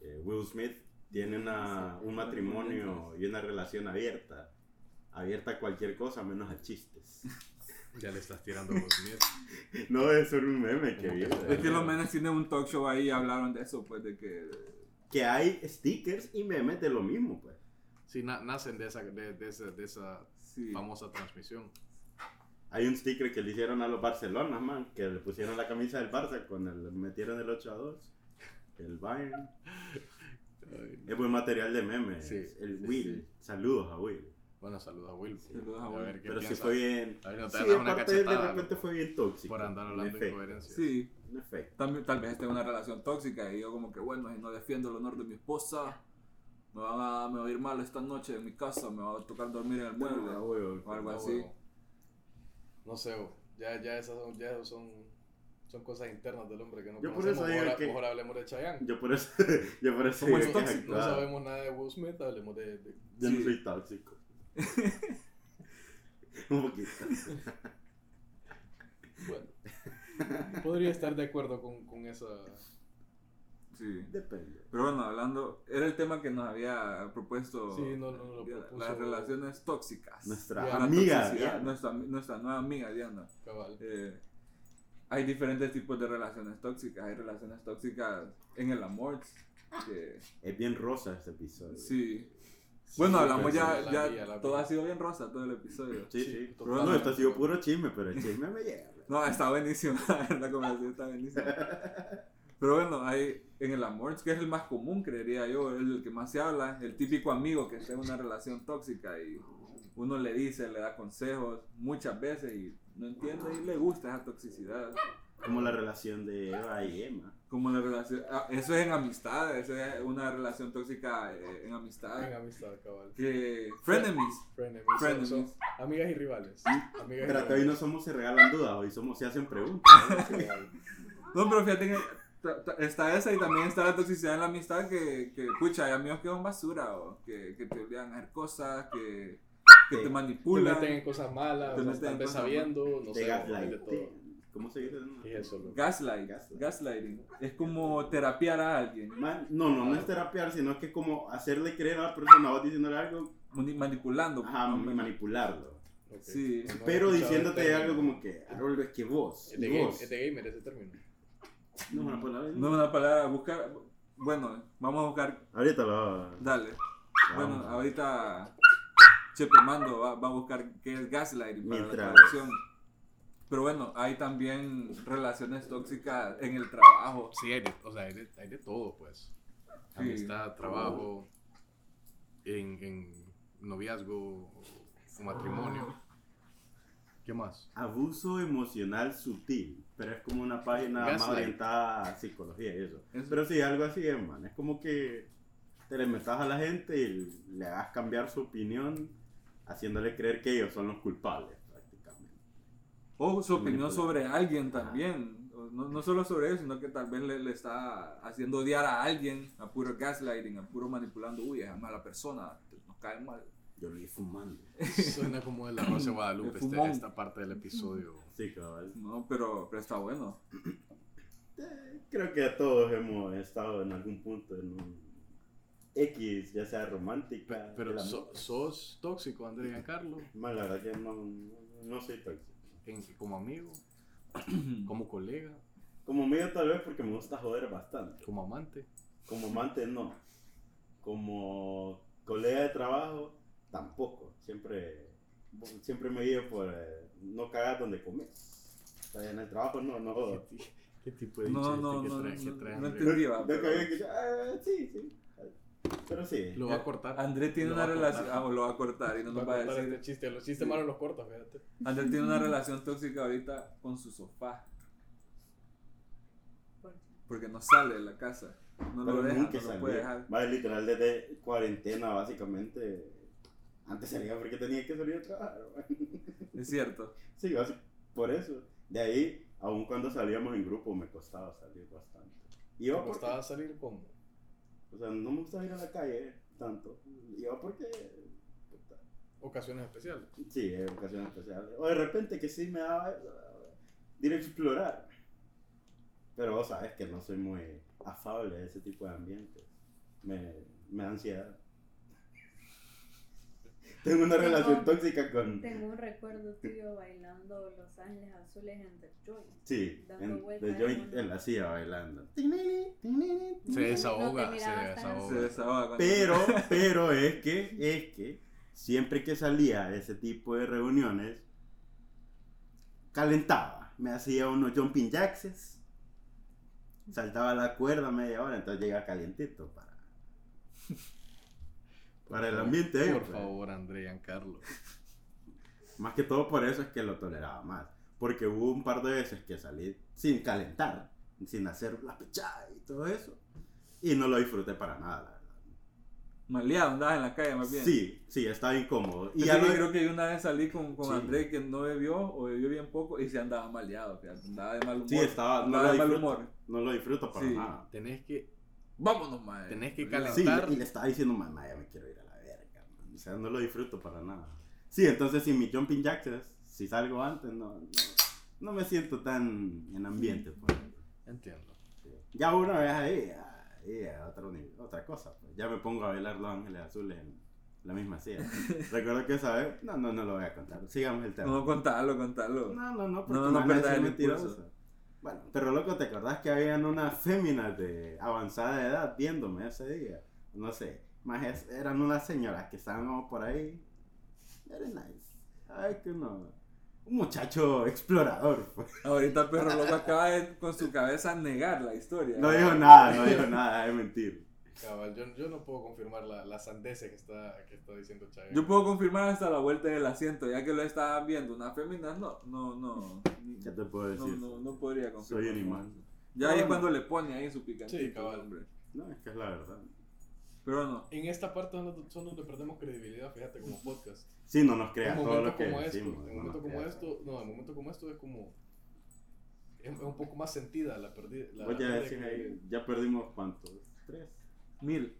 S1: eh, Will Smith tiene una, un matrimonio y una relación abierta. Abierta a cualquier cosa menos a chistes.
S2: Ya le estás tirando los miedos.
S1: No, eso era un meme que
S2: Como
S1: vi.
S2: que-
S1: ¿verdad?
S3: Es que los menes tienen un talk show ahí y hablaron de eso, pues, de que...
S1: Que hay stickers y memes de lo mismo, pues.
S2: Sí, na- nacen de esa, de, de esa, de esa
S3: Sí.
S2: famosa transmisión.
S1: Hay un sticker que le hicieron a los Barcelonas, man, que le pusieron la camisa del Barça con el metieron el 8 a 2. El Bayern. Es buen material de memes.
S2: Sí,
S1: el
S2: sí,
S1: Will. Saludos a Will.
S2: Bueno, saludos a Will.
S3: Saludos a
S2: ver
S3: Will.
S2: qué
S1: Pero si
S2: piensa.
S1: fue bien.
S2: A ver, no te
S1: Sí,
S2: das una
S1: aparte de él, de
S2: cachetada,
S1: repente
S2: loco,
S1: fue bien tóxico.
S2: por andar
S1: en
S2: hablando
S1: efecto,
S2: incoherencias.
S3: Sí.
S1: En efecto.
S3: También, tal vez tenga una relación tóxica y yo como que, bueno, si no defiendo el honor de mi esposa, me, van a, me va a ir mal esta noche en mi casa, me va a tocar dormir en el mueble.
S1: Ah, huevo.
S3: o algo
S2: No,
S3: así.
S2: huevo. No sé, huevo. ya, ya esas son, ya son, son cosas internas del hombre que no
S1: Yo por
S2: conocemos.
S1: eso digo
S2: mejor,
S1: que-
S2: mejor hablemos de Chayanne.
S1: Yo por eso. yo por eso.
S3: Como
S1: digo
S3: es
S1: que
S3: tóxico,
S2: No
S1: actuaba.
S2: sabemos nada de Will Smith, hablemos de... de-
S1: Yo no
S3: Sí.
S1: soy tóxico. Un poquito.
S2: Bueno, podría estar de acuerdo con, con esa...
S3: Sí.
S1: Depende.
S3: Pero bueno, hablando, era el tema que nos había propuesto.
S2: Sí, no, no, no lo
S3: Diana,
S2: propuso.
S3: Oh, Las relaciones tóxicas.
S1: Nuestra
S3: La
S1: amiga.
S3: toxicidad,
S1: Diana.
S3: nuestra, nuestra nueva amiga Diana.
S2: Cabal.
S3: Eh, hay diferentes tipos de relaciones tóxicas. Hay relaciones tóxicas en el amor. Que,
S1: Es bien rosa este episodio.
S3: sí. Bueno, hablamos ya,
S2: pues, La
S3: ya
S2: vi, la vi.
S3: todo ha sido bien rosa todo el episodio.
S1: Sí,
S2: Sí,
S1: sí.
S2: totalmente.
S1: No, esto ha sido puro chisme, pero el chisme me llega.
S3: No, está buenísimo, la verdad, conversación está buenísima. Pero bueno, hay en el amor, que es el más común, creería yo, el que más se habla, el típico amigo que está en una relación tóxica y uno le dice, le da consejos muchas veces y no entiende y le gusta esa toxicidad.
S1: Como la relación de Eva y Emma.
S3: Como la relación, ah, eso es en amistad, eso es una relación tóxica eh, en
S2: En
S3: amistad.
S2: amistad, cabal.
S3: Que, frenemies,
S2: Frenemies.
S3: Frenemies.
S2: Son- son Amigas y rivales. Amigas
S1: Pero
S2: y
S1: que hoy no
S2: rivales.
S1: somos se regalan dudas, hoy somos se hacen preguntas.
S2: Cabal.
S3: No, pero fíjate que ta- ta- está esa y también está la toxicidad en la amistad que, que pucha, hay amigos que son basura, o que, que te obligan a hacer cosas, que, que te
S1: Te
S2: Te
S3: manipulan.
S2: meten en cosas malas,
S3: Te
S2: o sea,
S3: meten en
S2: tal vez
S3: cosas
S2: sabiendo, no
S1: Te
S2: sé, hay de
S1: gaslight.
S2: todo.
S1: ¿Cómo se dice?
S2: Y eso, loco.
S3: Gaslight,
S1: Gaslight.
S3: gaslighting. Es como terapiar a alguien,
S1: Man, no, no, no es terapiar, sino que como hacerle creer a la persona, vos diciéndole algo,
S3: mani- manipulando.
S1: ajá,
S3: más o menos.
S1: manipularlo.
S2: Ok.
S3: Sí.
S2: No había
S1: Pero
S2: escuchado el
S1: diciéndote
S2: término.
S1: algo como que, algo es que vos,
S2: Es de, game-
S1: vos.
S2: es de gamer ese término.
S1: No, una palabra.
S3: No es una palabra, buscar. Bueno, vamos a buscar.
S1: Ahorita lo...
S3: Dale. Bueno,
S1: vamos.
S3: ahorita Chepe Mando va, va a buscar qué es gaslighting para la
S1: Mientras.
S3: traducción. Pero bueno, hay también relaciones tóxicas en el trabajo.
S2: Sí, hay de, o sea, hay de, hay de todo, pues.
S3: Sí.
S2: Amistad, trabajo, en, en noviazgo, o matrimonio. ¿Qué más?
S1: Abuso emocional sutil, pero es como una página más
S2: Gaslight.
S1: orientada a psicología y eso.
S3: Eso.
S1: Pero sí, algo así es, man. Es como que te le metas a la gente y le hagas cambiar su opinión, haciéndole creer que ellos son los culpables, prácticamente.
S3: O su opinión
S1: Manipular.
S3: sobre alguien también. O No, no solo sobre eso, sino que tal vez le, le está haciendo odiar a alguien a puro gaslighting, a puro manipulando. Uy, es mala persona, pues, nos cae mal.
S1: Yo lo vi fumando.
S2: Suena como el arroz de Guadalupe
S3: El
S2: este-
S3: fumón.
S2: esta parte del episodio.
S1: Sí, cabal.
S3: No, pero, pero está bueno.
S1: Creo que todos hemos estado en algún punto en un X, ya sea
S2: Pe-
S1: romántica. de
S2: Pero
S1: la-
S2: so- sos tóxico, Andrés Giancarlo,
S1: Man, la verdad que no, no- no soy tóxico.
S2: en- como amigo, como colega,
S1: Como medio tal vez porque me gusta joder bastante.
S2: como amante.
S1: Como amante no. Como colega de trabajo tampoco. Siempre siempre me guío por eh, no cagar donde comer. O sea, en el trabajo no, no.
S2: ¿Qué,
S1: No
S2: ti- qué tipo de
S3: No,
S2: dicho
S3: no,
S2: este que
S3: no,
S2: trae-
S3: no,
S2: que
S3: no,
S2: trae
S3: no
S2: Andrés?
S3: entendí, va, pero-
S1: cagué que ah, sí, sí. Pero sí.
S2: Lo va a cortar.
S3: Andrés tiene
S2: Lo
S3: una
S2: va a cortar.
S3: relación. Ah, lo va a cortar y no
S2: Va
S3: Ah, nos va a
S2: cortar
S3: decir.
S2: este chiste. Los chistes malos los corta, fíjate.
S3: Andrés tiene una relación tóxica ahorita con su sofá. Porque no sale de la casa. No
S1: pero
S3: lo deja,
S1: nunca
S3: no lo
S1: salía.
S3: puede dejar.
S1: Vale, literal, desde cuarentena, básicamente. Antes salía porque tenía que salir a trabajar. man.
S3: Es cierto.
S1: Sí, basi- por eso. De ahí, aun cuando salíamos en grupo, me costaba salir bastante. Iba
S2: Me
S1: porque-
S2: costaba salir como.
S1: O sea, no me gusta ir a la calle tanto. Iba porque. puta,
S2: Ocasiones especiales.
S1: Sí, es ocasiones especiales. O de repente que sí me daba. ir a explorar. Pero vos sabes que no soy muy afable a ese tipo de ambientes. Me, me da ansiedad. Tengo una
S4: Tengo-
S1: relación tóxica con.
S4: Tengo un recuerdo tuyo bailando Los Ángeles Azules en The Joint.
S1: Sí,
S4: Dando
S1: en,
S4: vueltas
S1: de
S4: en
S1: joint
S4: una-
S1: en la silla bailando.
S2: Se desahoga,
S4: No te
S2: se
S4: mirabas tan
S2: desahoga.
S3: Se desahoga. cuando-
S1: Pero, pero es que, es que siempre que salía a ese tipo de reuniones, calentaba. Me hacía unos jumping jacks, saltaba la cuerda media hora, entonces llega calientito para, para el ambiente. eh,
S2: Por
S1: pues.
S2: favor, André Giancarlo.
S1: Más que todo por eso es que lo toleraba más. Porque hubo un par de veces que salí sin calentar, sin hacer la pechada y todo eso. Y no lo disfruté para nada, la verdad.
S3: Maleado, andaba en la calle más bien.
S1: Sí, sí, estaba incómodo. Y
S3: Y
S1: ya
S3: yo
S1: lo-
S3: creo que yo una vez salí con, con
S1: Sí.
S3: Andrés que no bebió o bebió bien poco y se andaba maleado, fíjate, andaba de mal humor.
S1: Sí, estaba, no
S3: andaba
S1: lo
S3: de mal
S1: disfruto,
S3: humor.
S1: no lo disfruto para
S3: Sí.
S1: nada.
S2: Tenés que.
S3: Vámonos, madre.
S2: Tenés que
S3: Maleado.
S1: Sí,
S2: Estar-
S1: y le estaba diciendo, mamá, ya me quiero ir a la verga. man". O sea, no lo disfruto para nada. Sí, entonces si mi jumping jacks, es- si salgo antes, no, no, no me siento tan en ambiente. Pues.
S2: Entiendo.
S1: Ya una vez ahí, ya- ya otro nivel, otra cosa. pues. Ya me pongo a bailar Los Ángeles Azules en la misma silla. Recuerdo que esa vez, no, no, no lo voy a contar. Sigamos el tema.
S3: No, contalo, contalo.
S1: No, no, no, porque
S3: No,
S1: me
S3: no
S1: van a
S3: perdas
S1: decir
S3: el
S1: mentiroso.
S3: impulso.
S1: Bueno, pero loco, ¿te acordás que habían unas féminas de avanzada edad viéndome ese día? No sé, más es- eran unas señoras que estaban como por ahí. Very nice. Ay, que no. Un muchacho explorador. pues.
S3: Ahorita Perro Loco acaba de con su cabeza negar la historia.
S1: No dijo nada, no dijo nada, es mentir.
S2: Cabal, yo, yo no puedo confirmar la, la sandez que está, que está diciendo Chávez.
S3: Yo puedo confirmar hasta la vuelta del asiento, ya que lo estaba viendo. Una fémina, no, no, no.
S1: ¿Qué te puedo
S3: No,
S1: decir?
S3: no, no podría confirmar.
S1: Soy un imán.
S3: Ya ahí
S1: No,
S3: es
S1: no.
S3: cuando le pone ahí su picante.
S2: Sí, cabal.
S1: No, es que es la verdad.
S3: Pero no.
S2: En esta parte solo, solo le perdemos credibilidad, fíjate, como podcast.
S1: Sí, no nos
S2: En
S1: creas
S2: un
S1: todo
S2: momento
S1: lo que
S2: como esto,
S1: decimos.
S2: en
S1: no
S2: un momento
S1: nos
S2: como este,
S1: creas.
S2: esto, no, en un momento como esto es como. Es, es un poco más sentida la pérdida. La,
S1: Vos ya
S2: la pérdida
S1: decís
S2: que-
S1: ahí, ya perdimos cuánto? Tres.
S3: Mil.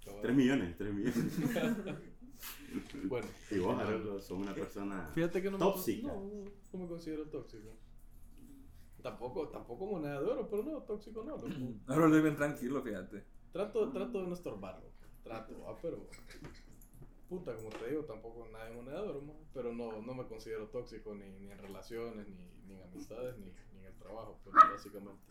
S2: cabal.
S1: Tres millones, tres millones.
S2: Bueno,
S1: Y vos,
S2: continuando.
S1: Araujo, sos una persona.
S2: Fíjate que no
S1: Tóxica.
S2: me con- no, no me considero tóxico. Tampoco, tampoco moneda de oro, pero no, tóxico no. loco.
S3: Ahora lo bien tranquilo, fíjate.
S2: Trato, trato de no estorbarlo. Trato, ah, pero. Puta, como te digo, tampoco nadie es moneda de oro, ma, pero no, no me considero tóxico ni, ni en relaciones, ni, ni en amistades, ni, ni en el trabajo, pues, básicamente.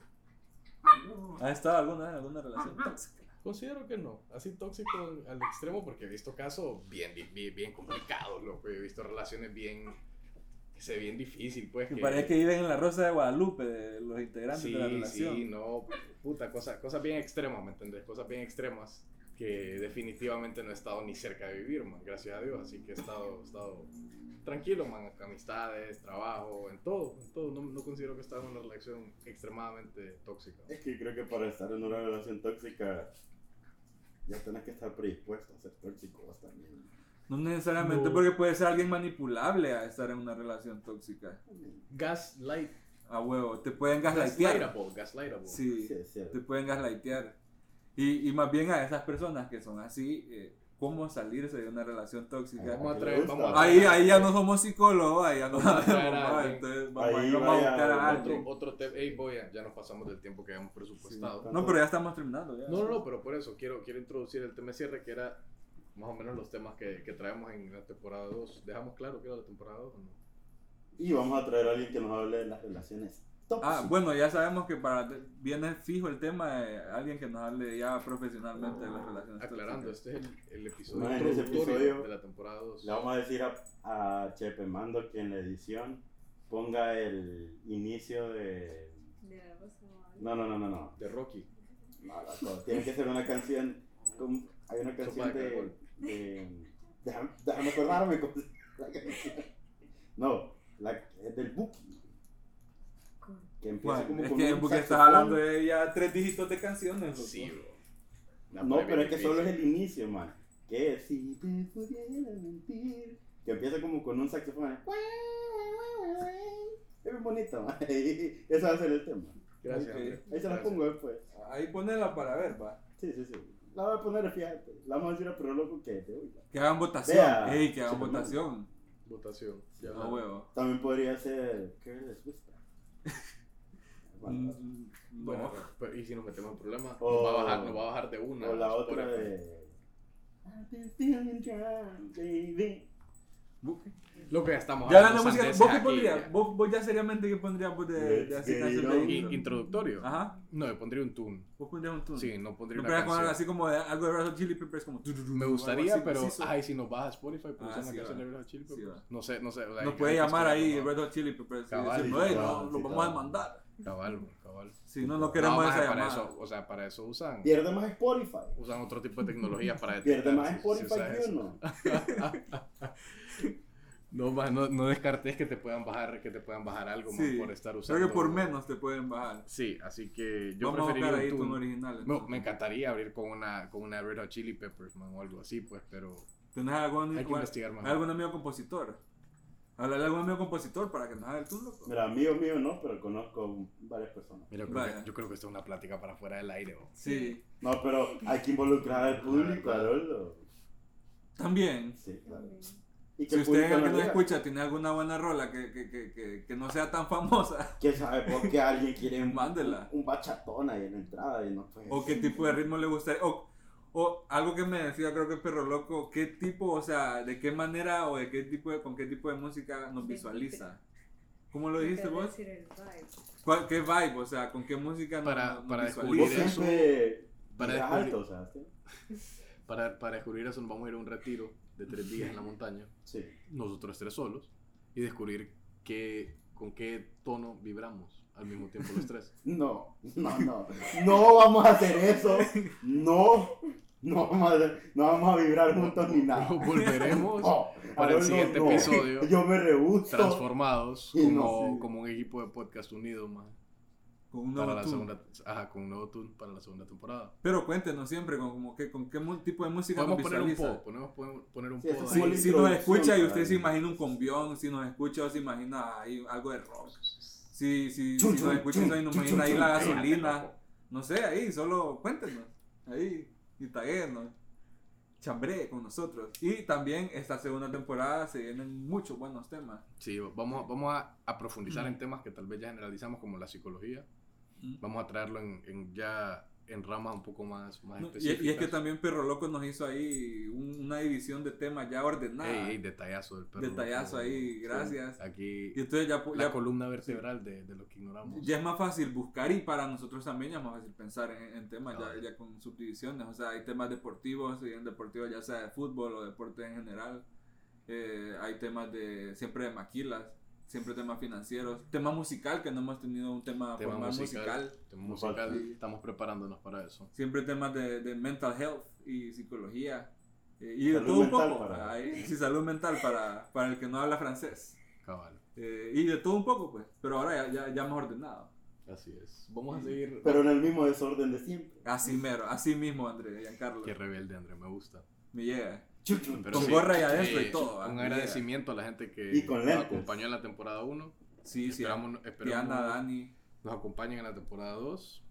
S3: ¿Ha estado alguna vez en alguna relación
S2: Ah,
S3: tóxica?
S2: Considero que no, así tóxico al extremo porque he visto casos bien, bien, bien, bien complicados, loco. He visto relaciones bien, que se ve bien difícil, pues.
S3: Que parece que viven en la Rosa de Guadalupe, de los integrantes
S2: Sí,
S3: de la relación.
S2: sí, no, puta, cosas, cosas bien extremas, ¿me entendés? Cosas bien extremas que definitivamente no he estado ni cerca de vivir, man, gracias a Dios, así que he estado, he estado tranquilo, man, amistades, trabajo, en todo, en todo, no, no considero que he estado en una relación extremadamente tóxica.
S1: Es que creo que para estar en una relación tóxica, ya tenés que estar predispuesto a ser tóxico vos también.
S3: No necesariamente
S2: No.
S3: porque puede ser alguien manipulable a estar en una relación tóxica.
S2: Gaslight,
S3: A huevo, te pueden gaslightear.
S2: gaslightable, gaslightable.
S3: Sí,
S1: Sí, es
S3: te
S1: cierto.
S3: pueden gaslightear. Y, y más bien a esas personas que son así, eh, ¿cómo salirse de una relación tóxica?
S2: Vamos a
S1: ¿Te
S2: traer,
S1: gusta?
S2: vamos a
S3: Ahí,
S2: traer
S3: ahí ya no somos psicólogos, ahí ya no
S2: Vamos a
S3: sabemos.
S2: traer a
S3: ¿no?
S2: alguien.
S3: Entonces vamos,
S1: Ahí
S3: vamos a
S1: vaya
S3: buscar a
S1: otro-
S3: alguien.
S2: otro, otro tema, Ey, voy a- ya nos pasamos del tiempo que habíamos presupuestado.
S1: Sí.
S3: No, pero ya estamos terminando. Ya.
S2: No, no, no, pero por eso quiero, quiero introducir el tema de cierre, que era más o menos los temas que, que traemos en la temporada 2. ¿Dejamos claro que era la temporada 2 o no?
S1: Y vamos a traer a alguien que nos hable de las relaciones Top
S3: Ah,
S1: cinco.
S3: bueno, ya sabemos que para viene fijo el tema de alguien que nos hable ya profesionalmente de las relaciones.
S2: Aclarando,
S3: tóxicas.
S2: este es el, el episodio
S1: Bueno, en ese
S2: introductorio
S1: episodio-
S2: de la temporada 2.
S1: Le vamos a decir a, a Chepe Mando que en la edición ponga el inicio de.
S4: De la Rosa de Guadalupe.
S1: No, no, no, no, no.
S2: De Rocky.
S1: No, loco, Tiene que ser una canción. con- hay una canción
S2: Sopa de
S1: de.
S2: caracol.
S1: de- déjame, déjame acordarme. cómo se- la canción. No, la, es del Buki.
S4: Con-
S1: Que empieza
S3: Bueno,
S1: como
S3: pues, es
S1: con
S3: que
S1: un
S3: porque estás
S1: saxofón.
S3: hablando de ya tres dígitos de canciones. loco.
S2: Sí, bro. La
S1: No,
S2: pone
S1: pero
S2: bien
S1: es que solo es
S2: difícil.
S1: el inicio, man. Que es, si te pudiera mentir. Que empieza como con un saxofón. Es bien bonito, man. Ese va a ser el tema.
S2: Gracias,
S3: Ok.
S2: André.
S1: Ahí se las
S2: Gracias.
S1: pongo después.
S3: Ahí ponela para ver, va.
S1: Sí, sí, sí. La voy a poner, fíjate. La vamos a decir a Pero Loco que te oiga.
S3: Que hagan votación.
S1: Vea,
S3: Ey, que hagan
S1: Superman.
S3: votación.
S2: Votación. Ya
S3: No huevo.
S1: También podría ser Careless Whisper. Bueno,
S3: Mm,
S2: Bueno,
S3: Bueno,
S2: pero- y si nos metemos en problemas,
S1: O-
S2: nos, va a bajar, nos va a bajar de una.
S1: Oh. o la
S2: Spotify.
S1: otra de... I've been feeling drunk, baby.
S3: bu-
S2: Lo que estamos
S3: ya hablando de
S2: hablando
S3: música,
S2: sandeces
S3: ¿vos qué
S2: aquí,
S3: pondrías?
S2: ya.
S3: ¿Vos, vos ya seriamente qué pondrías vos de, de
S1: Let's
S3: así
S1: get
S3: canción
S1: it
S3: de
S1: on.
S2: In-
S3: intro?
S2: introductorio.
S3: Ajá,
S2: No, yo pondría un tune.
S3: vos pondrías un tune.
S2: Sí, no pondría
S3: No
S2: una
S3: podrías
S2: canción.
S3: poner así como de, algo de Red Hot Chili Peppers como...
S2: Me gustaría,
S3: Algo así
S2: pero
S3: preciso.
S2: ay, si nos vas a Spotify, pues
S3: Ah,
S2: usar una
S3: sí,
S2: canción
S3: va.
S2: de Red Hot Chili
S3: Sí,
S2: Peppers.
S3: va.
S2: no sé, no sé. o sea,
S3: Nos
S2: hay-
S3: puede
S2: hay que
S3: llamar ahí
S2: esperar,
S3: Red Hot Chili Peppers y
S2: Cabal,
S3: decirnos, "Ey,
S1: cabal,
S3: no,
S1: sí,
S3: los vamos a
S1: cabal.
S3: demandar.
S2: ¿no? Cabal, bro, cabal.
S3: Si no, no queremos
S2: No,
S3: esa
S2: maje, para
S3: llamada.
S2: eso, o sea, para eso usan,
S1: Pierde más Spotify.
S2: usan otro tipo de tecnología para
S1: Pierde
S2: detectar
S1: más
S2: si- si
S1: Spotify
S2: usas
S1: que
S2: eso.
S1: uno.
S2: No, maje, no, no descartes que te puedan bajar, que te puedan bajar algo maje,
S3: Sí,
S2: por estar usando.
S3: Creo que por menos te pueden bajar.
S2: Sí, así que yo
S3: vamos a buscar
S2: preferiría
S3: ahí
S2: un
S3: tu
S2: tune.
S3: original.
S2: No,
S3: entonces.
S2: me encantaría abrir con una, con una Red Hot Chili Peppers, man, o algo así, pues, pero
S3: ¿Tenés algún,
S2: hay que
S3: igual-
S2: investigar más.
S3: algún amigo compositor? Hablarle a algún amigo compositor para que nos haga el tune, loco.
S1: Mira, mío, mío no, pero conozco varias personas.
S2: Mira, creo
S3: Vaya.
S2: que- yo creo que esto es una plática para fuera del aire. bo.
S3: Sí,
S1: No, pero hay que involucrar al público,
S2: Claro.
S1: Haroldo.
S3: también.
S1: Sí, claro.
S4: también.
S1: Y
S3: Si
S1: el
S3: usted
S1: público
S3: el que
S1: lo
S3: nos
S1: diga.
S3: escucha tiene alguna buena rola que, que, que, que, que no sea tan famosa,
S1: ¿Quién sabe por qué alguien quiere un,
S3: mándela.
S1: un bachatón ahí en la entrada? Y no puede
S3: O qué
S1: ser.
S3: tipo de ritmo le gustaría. O, o algo que me decía, creo que Perro Loco, qué tipo, o sea, de qué manera o de qué tipo de, con qué tipo de música nos
S4: De-
S3: visualiza. ¿Cómo lo dijiste
S4: Te voy a
S3: vos?
S4: decir el vibe.
S3: ¿Cuál- ¿Qué vibe? O sea, ¿con qué música nos-
S2: Para-
S3: nos
S2: para
S3: visualiza?
S1: Vos
S2: descubrir ¿eh? eso.
S1: siempre
S2: Para
S1: miras
S2: descubrir-
S1: alto, Sebastián.
S2: Para, para descubrir eso, nos vamos a ir a un retiro de tres días en la montaña,
S1: Sí.
S2: nosotros tres solos, y descubrir qué, con qué tono vibramos al mismo tiempo los tres.
S1: No, no, no. No vamos a hacer eso. No. No vamos a, hacer- no vamos a vibrar juntos ni nada.
S2: Pero Volveremos
S1: No,
S2: para el
S1: Haroldo,
S2: siguiente
S1: no.
S2: episodio
S1: Yo me rehuso.
S2: transformados
S1: Y no,
S2: como,
S1: sí.
S2: como un equipo de podcast unido man,
S3: Con un
S2: para
S3: nuevo
S2: la
S3: tune.
S2: segunda, ajá, con un nuevo tune para la segunda temporada.
S3: Pero cuéntenos siempre con, como que, con qué mu- tipo de música nos
S2: Podemos poner un
S3: visualiza.
S2: po, podemos poner- poner un
S1: Sí,
S2: po
S1: eso
S2: ahí.
S1: Como
S3: Si,
S1: la
S3: si nos
S1: introducción,
S3: escucha y
S1: claro.
S3: usted se imagina un combión, si nos escucha o se imagina ahí algo de rock. Si, si,
S1: Chun,
S3: si
S1: chun,
S3: nos escucha y se
S1: chun,
S3: nos
S1: chun,
S3: imagina ahí
S1: chun,
S3: la
S1: chun.
S3: gasolina. No sé, ahí, solo cuéntenos. Ahí, y taguénos. Chambré con nosotros. Y también esta segunda temporada se vienen muchos buenos temas.
S2: Sí, vamos, a- vamos a, a profundizar en temas que tal vez ya generalizamos como la psicología. Vamos a traerlo en, en ya en ramas un poco más, más
S3: No, y-
S2: específicas.
S3: y, es que también Perro Loco nos hizo ahí un- una división de temas ya ordenada.
S2: Ey, ey, detallazo del perro.
S3: Detallazo
S2: loco.
S3: ahí, gracias.
S2: Sí, aquí
S3: Y entonces ya, pu-
S2: la
S3: ya-
S2: columna vertebral de, de lo que ignoramos.
S3: ya es más fácil buscar y para nosotros también ya es más fácil pensar en, en temas ya,
S2: Cabal.
S3: ya con subdivisiones. O sea, hay temas deportivos, y en deportivos ya sea de fútbol o deporte en general. Eh, hay temas de siempre de maquilas, siempre temas financieros, tema musical que no hemos tenido un tema,
S2: tema
S3: formal
S2: musical,
S3: musical.
S2: tema
S1: Nos
S2: Este, musical,
S1: falta.
S2: estamos preparándonos para eso.
S3: Siempre temas de, de mental health y psicología. eh, y de
S1: Salud
S3: todo un
S1: mental
S3: poco.
S1: para-
S3: Ay, sí, salud mental para, para el que no habla francés.
S2: Cabal,
S3: Eh, y de todo un poco, pues. Pero ahora ya, ya, ya más ordenado.
S2: así es. Vamos a seguir.
S1: Pero en el mismo desorden de siempre.
S3: Así
S2: Mm.
S3: mero, así mismo, André, Giancarlo.
S2: Qué rebelde, André, me gusta.
S3: Me llega.
S1: Chun, chun,
S2: Pero
S3: Con
S2: sí,
S3: gorra y adentro
S2: eh,
S3: y todo. ah,
S2: Un
S3: me llega.
S2: agradecimiento a la gente que
S1: Y con
S2: nos
S1: lentes.
S2: acompañó en la temporada 1.
S3: Sí, sí.
S2: esperamos esperamos
S3: Diana, Dani,
S2: nos acompañen en la temporada 2.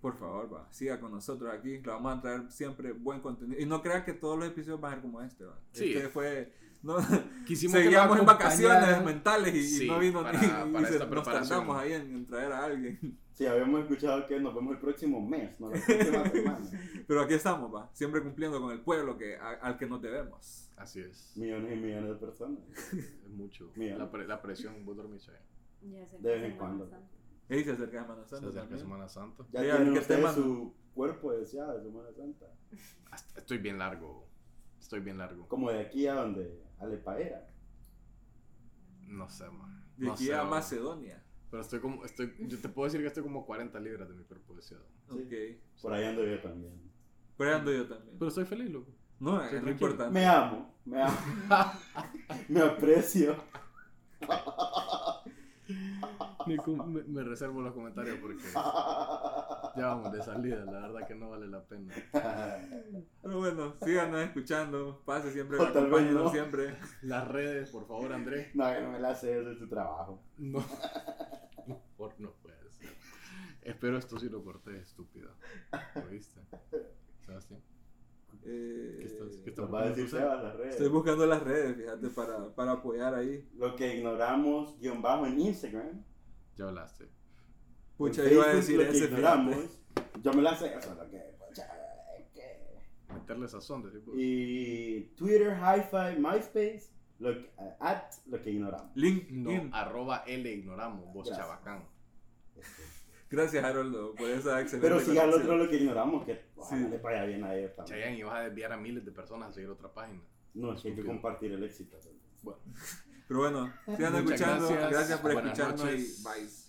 S3: por favor, va. Siga con nosotros aquí. Le vamos a traer siempre buen contenido. Y no crean que todos los episodios van a ser como este, va.
S2: Sí.
S3: Este fue. No,
S2: Quisimos que nos
S3: seguíamos en vacaciones
S2: acompañaran.
S3: mentales y, y
S2: Sí,
S3: no vino
S2: para-
S3: ni.
S2: para
S3: y
S2: esta
S3: se- nos
S2: preparación.
S3: tardamos ahí en, en traer a alguien.
S1: Sí, habíamos escuchado que nos vemos el próximo mes, no la próxima semana.
S3: Pero aquí estamos, va. Siempre cumpliendo con el pueblo que, a- al que nos debemos.
S2: Así es.
S1: Millones y millones de personas.
S2: Es mucho.
S1: Mira.
S2: La, pre- la presión, vos dormís ahí.
S4: Ya se
S1: De vez en
S4: empieza
S1: cuando.
S4: Semana Santa.
S3: Ey, se acerca Semana Santa.
S2: Se acerca
S3: también.
S2: Semana Santa.
S1: Ya
S3: Diga,
S1: tienen
S3: ¿qué
S1: ustedes
S3: tema?
S1: su cuerpo deseado de Semana Santa.
S2: Hasta- Estoy bien largo. Estoy bien largo.
S1: Como de aquí a donde, a Lepaera.
S2: No sé, man.
S3: De
S2: No
S3: aquí
S2: sé,
S3: a
S2: man.
S3: Macedonia.
S2: Pero estoy como. Estoy, yo te puedo decir que estoy como 40 libras de mi cuerpo deseado.
S1: Sí.
S3: Ok.
S1: Por ahí ando yo también.
S3: Pero ahí ando yo también.
S2: Pero estoy feliz, loco.
S3: No,
S2: estoy
S3: es lo
S2: Pues, tranquilo.
S3: importante.
S1: Me amo, me amo. me aprecio.
S2: Ni com- Me, me reservo los comentarios porque ya vamos de salida. La verdad que no vale la pena.
S3: Pero bueno, síganos escuchando. Pase siempre,
S1: O tal vez
S3: acompáñenos
S1: no.
S3: siempre.
S2: Las redes, por favor, Andrés.
S1: No, que no me la haces, ese es tu trabajo.
S2: No. Por no puede ser. Espero esto sí lo corté, estúpido. ¿Oíste? Sebastián.
S3: Eh,
S2: ¿Qué estás- qué estás-
S1: Nos va a decir Sebas las redes.
S3: Estoy buscando las redes, fíjate, para, para apoyar ahí.
S1: Lo que ignoramos, guión bajo en Instagram.
S2: Ya hablaste.
S3: Pucha,
S1: En
S3: iba a
S1: Facebook,
S3: decir
S1: lo que
S3: ese.
S1: ignoramos.
S3: fíjate.
S1: Yo me la sé, solo que. pucha, que-
S2: Meterle sazón, de tipo.
S1: Y Twitter, Hi-Fi, MySpace, lo que, eh, at lo que ignoramos.
S2: No,
S3: LinkedIn.
S2: arroba L ignoramos, vos
S1: Gracias.
S2: chabacán.
S3: Gracias, Haroldo, por esa excelente.
S1: Pero siga al otro
S3: conexión.
S1: lo que ignoramos, que ojalá
S3: Sí.
S1: le vaya bien a ellos también.
S2: Chayanne, y vas a desviar a miles de personas a seguir otra página.
S1: No, es que hay que
S2: Estúpido.
S1: compartir el éxito.
S2: Bueno,
S3: Pero bueno, sigan
S2: Muchas
S3: escuchando.
S2: gracias.
S3: Gracias, por
S2: Buenas
S3: escucharnos
S2: noches.
S3: y bye.